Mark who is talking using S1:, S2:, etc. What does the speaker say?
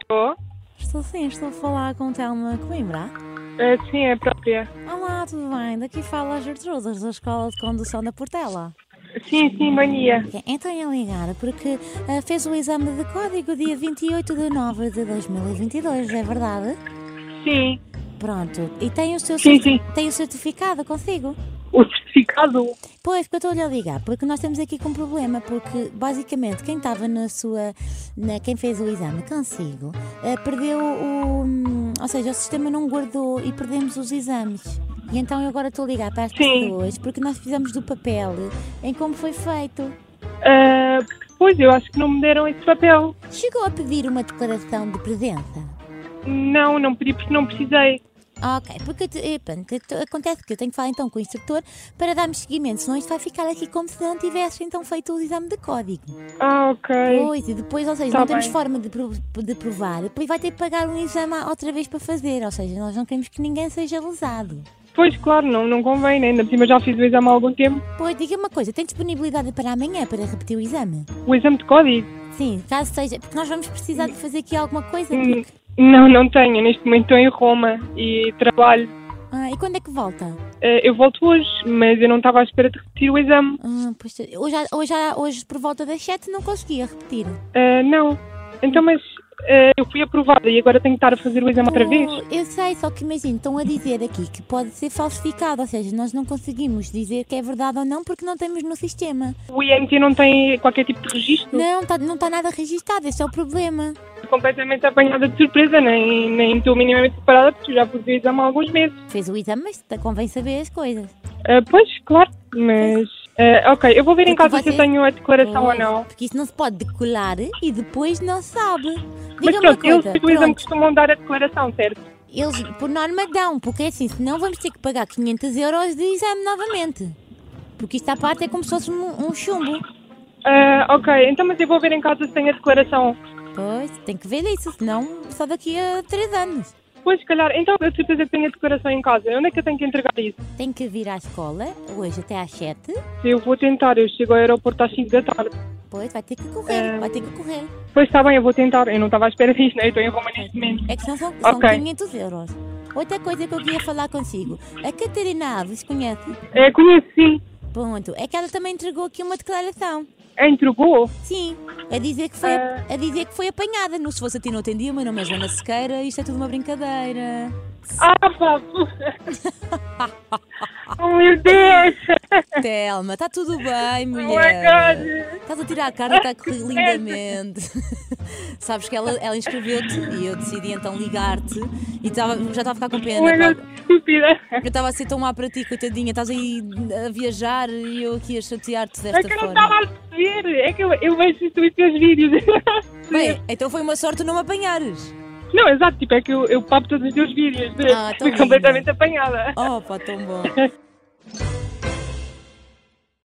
S1: Estou?
S2: Estou sim, estou a falar com Telma Coimbra.
S1: Eh, sim, é a própria.
S2: Olá, tudo bem? Daqui fala a Gertrudas, da Escola de Condução da Portela.
S1: Sim, sim, bom dia.
S2: Então é ligada porque ah, fez o exame de código dia 28 de nove de 2022, é verdade?
S1: Sim.
S2: Pronto, e tem o seu
S1: Sim,
S2: certi-
S1: sim.
S2: tem o certificado consigo?
S1: O certificado?
S2: Pois, porque eu estou-lhe a ligar, porque nós temos aqui com um problema, porque basicamente quem estava na sua. Na, quem fez o exame consigo eh, perdeu o. hum, Ou seja, o sistema não guardou e perdemos os exames. E então eu agora estou a ligar para as
S1: Sim.
S2: pessoas porque nós fizemos do papel eh, em como foi feito.
S1: Ah, pois, eu acho que não me deram esse papel.
S2: Chegou a pedir uma declaração de presença.
S1: Não, não pedi porque não precisei.
S2: Ah, Ok, porque eu te- eh, pronto, eu te- acontece que eu tenho que falar então com o instrutor para dar-me seguimento, senão isto vai ficar aqui como se não tivesse então feito o exame de código.
S1: Ah, ok.
S2: Pois, e depois, ou seja,
S1: Tá
S2: não temos
S1: bem.
S2: forma de, pro- de provar. Depois vai ter que pagar um exame à- outra vez para fazer. Ou seja, nós não queremos que ninguém seja lesado.
S1: Pois, claro, não, não convém, né? Ainda por cima já fiz o exame há algum tempo.
S2: Pois, diga uma coisa, tem disponibilidade para amanhã para repetir o exame?
S1: O exame de código?
S2: Sim, caso seja, porque nós vamos precisar de fazer aqui alguma coisa.
S1: Hum.
S2: porque-
S1: Não, não tenho. Neste momento estou em Roma e trabalho.
S2: Ah, e quando é que volta?
S1: Ah, eu volto hoje, mas eu não estava à espera de repetir o exame.
S2: Ah, pois, hoje, à- hoje, à- hoje por volta das 7 não conseguia repetir.
S1: Ah, não. Então, mas ah, eu fui aprovada e agora tenho que estar a fazer o exame outra vez?
S2: Oh, Eu sei, só que imagino, estão a dizer aqui que pode ser falsificado, ou seja, nós não conseguimos dizer que é verdade ou não porque não temos no sistema.
S1: O IMT não tem qualquer tipo de registro?
S2: Não, tá, não está nada registado, esse é o problema.
S1: completamente apanhada de surpresa, nem, nem estou minimamente preparada, porque já fiz o exame há alguns meses.
S2: Fez o exame, mas tá- convém saber as coisas.
S1: Ah, pois, claro, mas. ah, ok, eu vou ver em
S2: Então
S1: casa se eu
S2: você-
S1: tenho a declaração ou
S2: Pois,
S1: não.
S2: É, Porque isso não se pode decolar e depois não se sabe.
S1: Mas
S2: Diga uma
S1: pronto, eles
S2: coisa,
S1: depois do exame
S2: pronto,
S1: costumam dar a declaração, certo?
S2: eles por norma dão, porque é assim, senão vamos ter que pagar 500 euros de exame novamente. Porque isto à parte é como se fosse um, um chumbo.
S1: Ah, ok, então mas eu vou ver em casa se tenho a declaração.
S2: Pois, tem que ver isso, senão só daqui a 3 anos.
S1: Pois, se calhar, então eu de certeza que tenho a declaração em casa. Onde é que eu tenho que entregar isso?
S2: Tem que vir à escola, hoje até às 7,
S1: Eu vou tentar, eu chego ao aeroporto às 5 da tarde.
S2: pois vai ter que
S1: É.
S2: correr, vai ter que correr.
S1: Pois está bem, eu vou tentar. Eu não estava à espera disso, né? Eu estou em Roma neste momento.
S2: É que são, são, são
S1: Ok.
S2: 500 euros. Outra coisa que eu queria falar consigo. A Catarina Alves conhece?
S1: É, conheço sim.
S2: Pronto. É que ela também entregou aqui uma declaração.
S1: é Entregou?
S2: Sim. A dizer que foi,
S1: Ah.
S2: a dizer que foi apanhada. Não se fosse a ti não atendia, meu nome é Joana Sequeira. Isto é tudo uma brincadeira.
S1: Ah, pá! oh, meu Deus!
S2: Telma, está tudo bem,
S1: Oh,
S2: mulher.
S1: my God! É.
S2: Estás a tirar a carta, está a correr lindamente. Sabes que ela, ela inscreveu-te e eu decidi então ligar-te e estava- já estava a ficar com
S1: Oh, my
S2: pena.
S1: God,
S2: pá.
S1: estúpida!
S2: Eu estava a ser tão má para ti, coitadinha. Estás aí a viajar e eu aqui a chatear-te
S1: É
S2: desta
S1: que eu não estava
S2: forma.
S1: a perceber! É que eu, eu vejo isso nos teus vídeos!
S2: Bem, então foi uma sorte não me apanhares.
S1: Não, exato, tipo, é que eu, eu papo todos os teus vídeos.
S2: Ah, tão
S1: Fui
S2: linda.
S1: completamente apanhada.
S2: Oh, pá, tão bom.